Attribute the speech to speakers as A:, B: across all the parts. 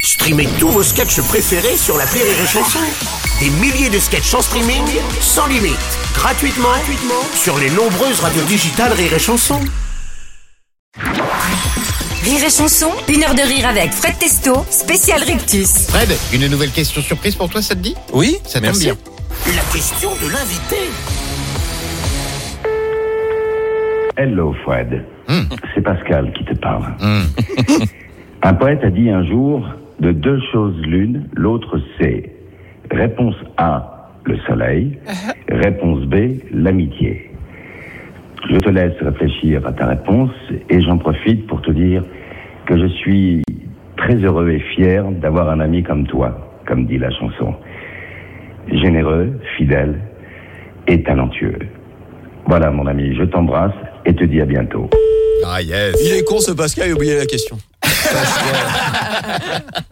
A: Streamez tous vos sketchs préférés sur la Rire et Chanson. Des milliers de sketchs en streaming, sans limite, gratuitement, gratuitement sur les nombreuses radios digitales Rire et Chanson.
B: Rire et chanson, une heure de rire avec Fred Testo, spécial Rictus.
C: Fred, une nouvelle question surprise pour toi, ça te dit
D: Oui,
C: Ça tombe
D: merci.
C: bien.
A: La question de l'invité.
E: Hello Fred, c'est Pascal qui te parle. un poète a dit un jour, de deux choses l'une, l'autre c'est réponse A, le soleil, réponse B, l'amitié. Je te laisse réfléchir à ta réponse et j'en profite pour te dire que je suis très heureux et fier d'avoir un ami comme toi, comme dit la chanson. Généreux, fidèle et talentueux. Voilà mon ami, je t'embrasse et te dis à bientôt.
C: Ah yes.
D: Il est con ce Pascal, il a oublié la question.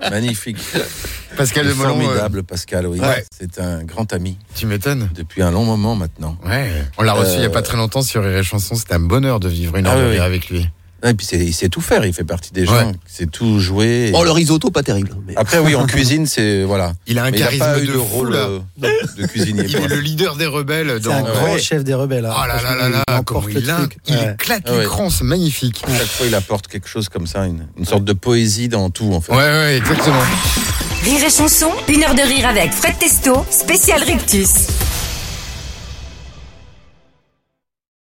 D: Magnifique.
C: Pascal de Molon,
D: Formidable Pascal, oui.
C: euh, Ouais.
D: C'est un grand ami
C: euh, tu m'étonnes.
D: depuis un long moment maintenant.
C: Ouais. On l'a reçu il y a
D: Euh,
C: pas très longtemps sur Rire et Chanson. C'était un bonheur de vivre une heure
D: Ah
C: de
D: oui,
C: rire
D: oui.
C: avec lui.
D: Ah, Et puis c'est- il sait tout faire, il fait partie des
C: Ouais.
D: gens, c'est tout jouer.
F: Oh, le risotto, pas terrible. Mais...
D: Après oui, en cuisine, c'est voilà.
C: Il a un
D: Mais
C: charisme
D: pas eu
C: de,
D: de
C: fou,
D: rôle
C: là.
D: euh, de cuisinier.
C: Il est le leader des rebelles
F: C'est un
C: dans.
D: Ouais.
F: grand chef des rebelles. hein.
C: Oh là là là là,
F: Il
C: comment
F: emporte le
C: il, a-
F: truc.
C: il
F: Ouais.
C: claque
D: Ouais.
C: l'écran, c'est magnifique.
D: Chaque fois, il apporte quelque chose comme ça, une, une sorte de poésie dans tout en fait.
C: Ouais, ouais, exactement.
B: Rire et chanson, une heure de rire avec Fred Testo, spécial Rictus.